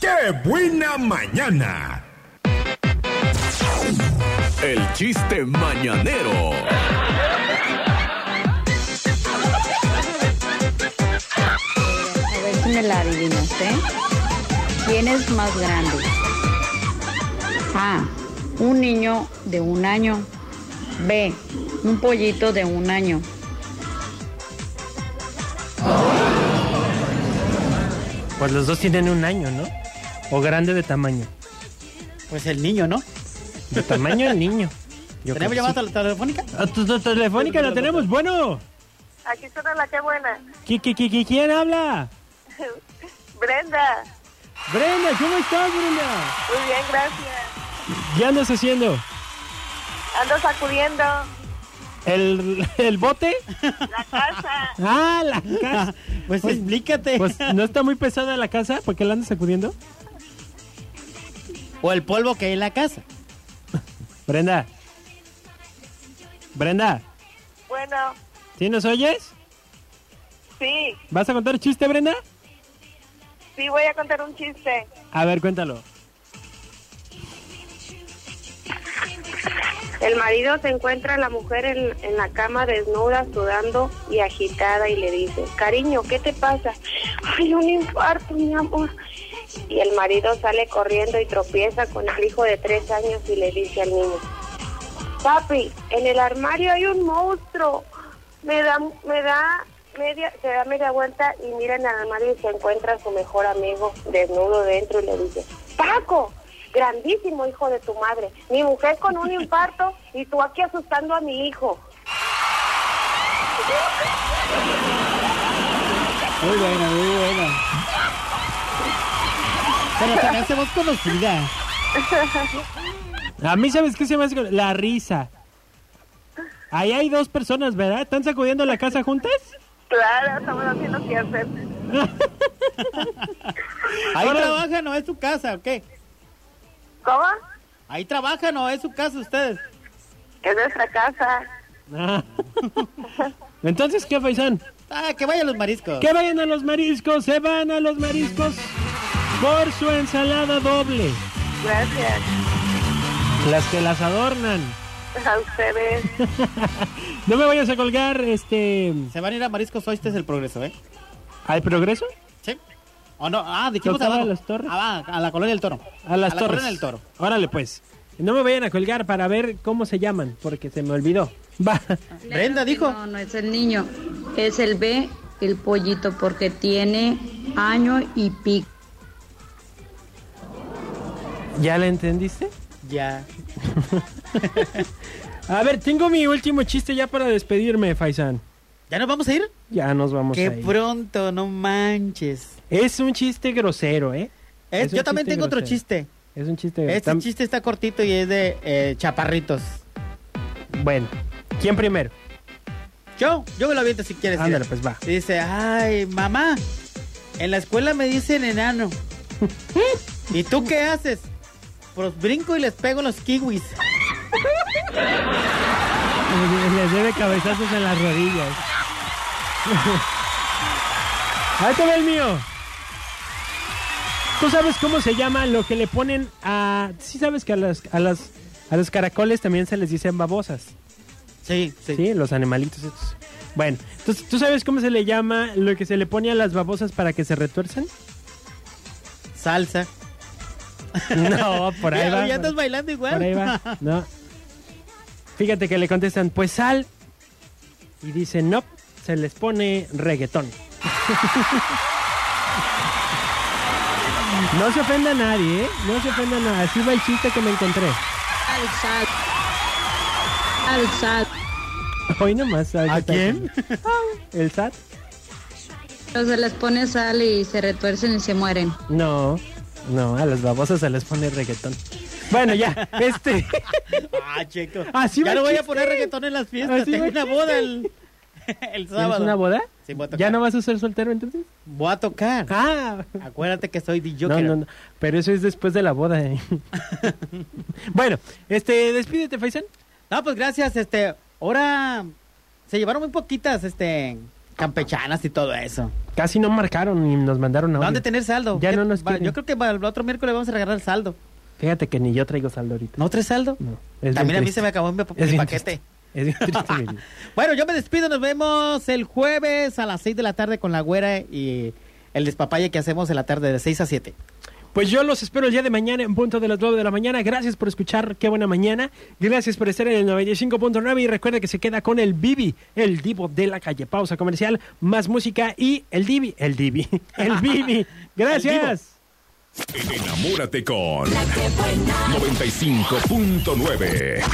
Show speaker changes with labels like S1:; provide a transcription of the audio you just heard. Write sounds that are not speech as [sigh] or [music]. S1: ¡Qué buena mañana!
S2: El chiste mañanero.
S3: A ver si me la adivinas, ¿eh? ¿Quién es más grande? A. Un niño de un año. B. Un pollito de un año.
S4: Pues los dos tienen un año, ¿no? O grande de tamaño.
S5: Pues el niño, ¿no?
S4: De tamaño el [laughs] niño. Yo
S5: ¿Tenemos
S4: creo que
S5: llamada tel- telefónica?
S4: sí. Ah, tu- tu- telefónica la tenemos. Bueno,
S6: Aquí suena la que buena.
S4: ¿qui- qui- qui- qui- quién habla?
S6: [laughs] Brenda,
S4: Brenda, ¿cómo estás, Brenda?
S6: muy bien, gracias.
S4: ¿Qué andas haciendo?
S6: Ando sacudiendo
S4: ¿El, el bote?
S6: la
S4: [laughs]
S6: casa.
S4: Ah, la casa.
S5: Pues
S4: Pues- [laughs]
S5: explícate.
S4: Pues no está muy pesada la casa, ¿por qué la andas sacudiendo?
S5: o el polvo que hay en la casa.
S4: Brenda. Brenda,
S6: Bueno,
S4: ¿sí nos oyes?
S6: sí,
S4: ¿Vas a contar chiste, Brenda?
S6: sí voy a contar un chiste.
S4: A ver, cuéntalo.
S6: El marido se encuentra a la mujer en, en la cama desnuda, sudando y agitada y le dice, cariño, ¿qué te pasa? [laughs] Ay, un infarto, mi amor. Y el marido sale corriendo y tropieza con el hijo de tres años y le dice al niño, papi, en el armario hay un monstruo. Me da, me da media, se da media vuelta y mira en el armario y se encuentra a su mejor amigo desnudo dentro y le dice, Paco, grandísimo hijo de tu madre, mi mujer con [laughs] un infarto y tú aquí asustando a mi hijo.
S5: Muy buena, muy buena. Pero se me hace voz conocida.
S4: A mí, ¿sabes qué se me hace? con- La risa. Ahí hay dos personas, ¿verdad? ¿Están sacudiendo la casa juntas?
S6: Claro, estamos haciendo que hacer.
S5: Ahí
S4: Ahora-
S5: trabajan o es su casa, ¿ok?
S6: ¿Cómo?
S5: Ahí trabajan o es su casa ustedes.
S6: Es nuestra casa.
S4: Ah. [laughs] Entonces, ¿qué faisán?
S5: Ah, que vayan los mariscos.
S4: Que vayan a los mariscos, se van a los mariscos por su ensalada doble.
S6: Gracias
S4: Las que las adornan.
S6: a ustedes.
S4: No me vayas a colgar, este...
S5: Se van a ir a mariscos hoy, este es el progreso, ¿eh?
S4: ¿Al progreso?
S5: ¿Sí? ¿O no? Ah, dijimos
S4: Tocaba
S5: abajo.
S4: a las torres.
S5: Ah, va, a la colonia del toro.
S4: A las
S5: a la
S4: torres.
S5: colonia del toro.
S4: Órale, pues. No me vayan a colgar para ver cómo se llaman, porque se me olvidó. Va. [laughs]
S5: Brenda dijo.
S3: No, no es el niño. Es el B, el pollito, porque tiene año y pico.
S4: ¿Ya la entendiste?
S5: Ya.
S4: A ver, tengo mi último chiste ya para despedirme, Faisán.
S5: ¿Ya nos vamos a ir?
S4: Ya nos vamos
S5: Qué
S4: a ir.
S5: pronto, no manches.
S4: Es un chiste grosero, ¿eh?
S5: Es-
S4: Es un
S5: yo también
S4: chiste
S5: tengo otro
S4: grosero.
S5: chiste.
S4: Es un chiste
S5: Este
S4: tam-
S5: chiste está cortito y es de eh, chaparritos.
S4: Bueno, ¿quién primero?
S5: Yo, yo me lo aviento si quieres.
S4: Ándale,
S5: mira.
S4: pues va.
S5: Dice, ay, mamá, en la escuela me dicen
S4: [laughs]
S5: enano. ¿Y tú qué haces? Pues brinco y les pego los kiwis.
S4: [laughs] Les debe cabezazos en las rodillas. [laughs] Ahí te va el mío. ¿Tú sabes cómo se llama lo que le ponen a... Sí sabes que a las, a las, a los caracoles también se les dicen babosas.
S5: Sí, sí.
S4: Sí, los animalitos estos. Bueno, entonces, ¿tú sabes cómo se le llama lo que se le pone a las babosas para que se
S5: [laughs]
S4: retuercen?
S5: Salsa.
S4: No, por ahí
S5: Mira,
S4: va.
S5: ya estás bailando igual.
S4: Por ahí va.
S5: [laughs]
S4: No. Fíjate que le contestan, pues sal. Y dicen, no, se les pone reggaetón. [laughs] no se ofenda a nadie, ¿eh? No se ofenda a nadie. Así va el chiste que me encontré.
S3: Al sal. Al sal.
S4: Hoy nomás. ¿sabes
S5: ¿A
S4: qué tal?
S5: quién?
S4: ¿El SAT?
S3: Pero se les pone sal y se retuercen y se mueren.
S4: No, no, a las babosas se les pone reggaetón. Bueno,
S5: [laughs]
S4: ya, este...
S5: [laughs] ah, checo.
S4: Así va
S5: ya
S4: el
S5: no voy a
S4: chiste.
S5: poner reggaetón en las fiestas.
S4: Así
S5: Tengo
S4: va el
S5: una
S4: chiste.
S5: boda el, [laughs] el
S4: ¿Tienes
S5: sábado.
S4: una boda?
S5: Sí, voy a tocar.
S4: ¿Ya no vas a ser soltero entonces?
S5: Voy a tocar.
S4: Ah,
S5: Acuérdate que soy DJ.
S4: no, no, no. Pero eso es después de la boda.
S5: [laughs]
S4: ¿eh? bueno, este, despídete, Faisán.
S5: No, pues gracias, este, ahora se llevaron muy poquitas, este, campechanas y todo eso.
S4: Casi no marcaron ni nos mandaron a
S5: ¿Dónde tener saldo?
S4: Ya
S5: ¿Qué-
S4: no nos
S5: va-
S4: quieren.
S5: Yo creo que para el otro miércoles vamos a regalar el saldo.
S4: Fíjate que ni yo traigo saldo ahorita.
S5: ¿No traes saldo?
S4: No, es bien
S5: También a mí
S4: triste.
S5: se me acabó mi, mi
S4: bien
S5: paquete.
S4: triste. Es bien triste,
S5: [laughs]
S4: mi vida.
S5: Bueno, yo me despido. Nos vemos el jueves a las 6 de la tarde con la güera y el despapalle que hacemos en la tarde de 6 a 7.
S4: Pues yo los espero el día de mañana en punto de las 9 de la mañana. Gracias por escuchar, qué buena mañana. Gracias por estar en el 95.9 y recuerda que se queda con el Bibi, el divo de la calle. Pausa comercial, más música y el Divi, el Divi, [laughs] el Bibi. Gracias.
S2: Enamórate con 95.9.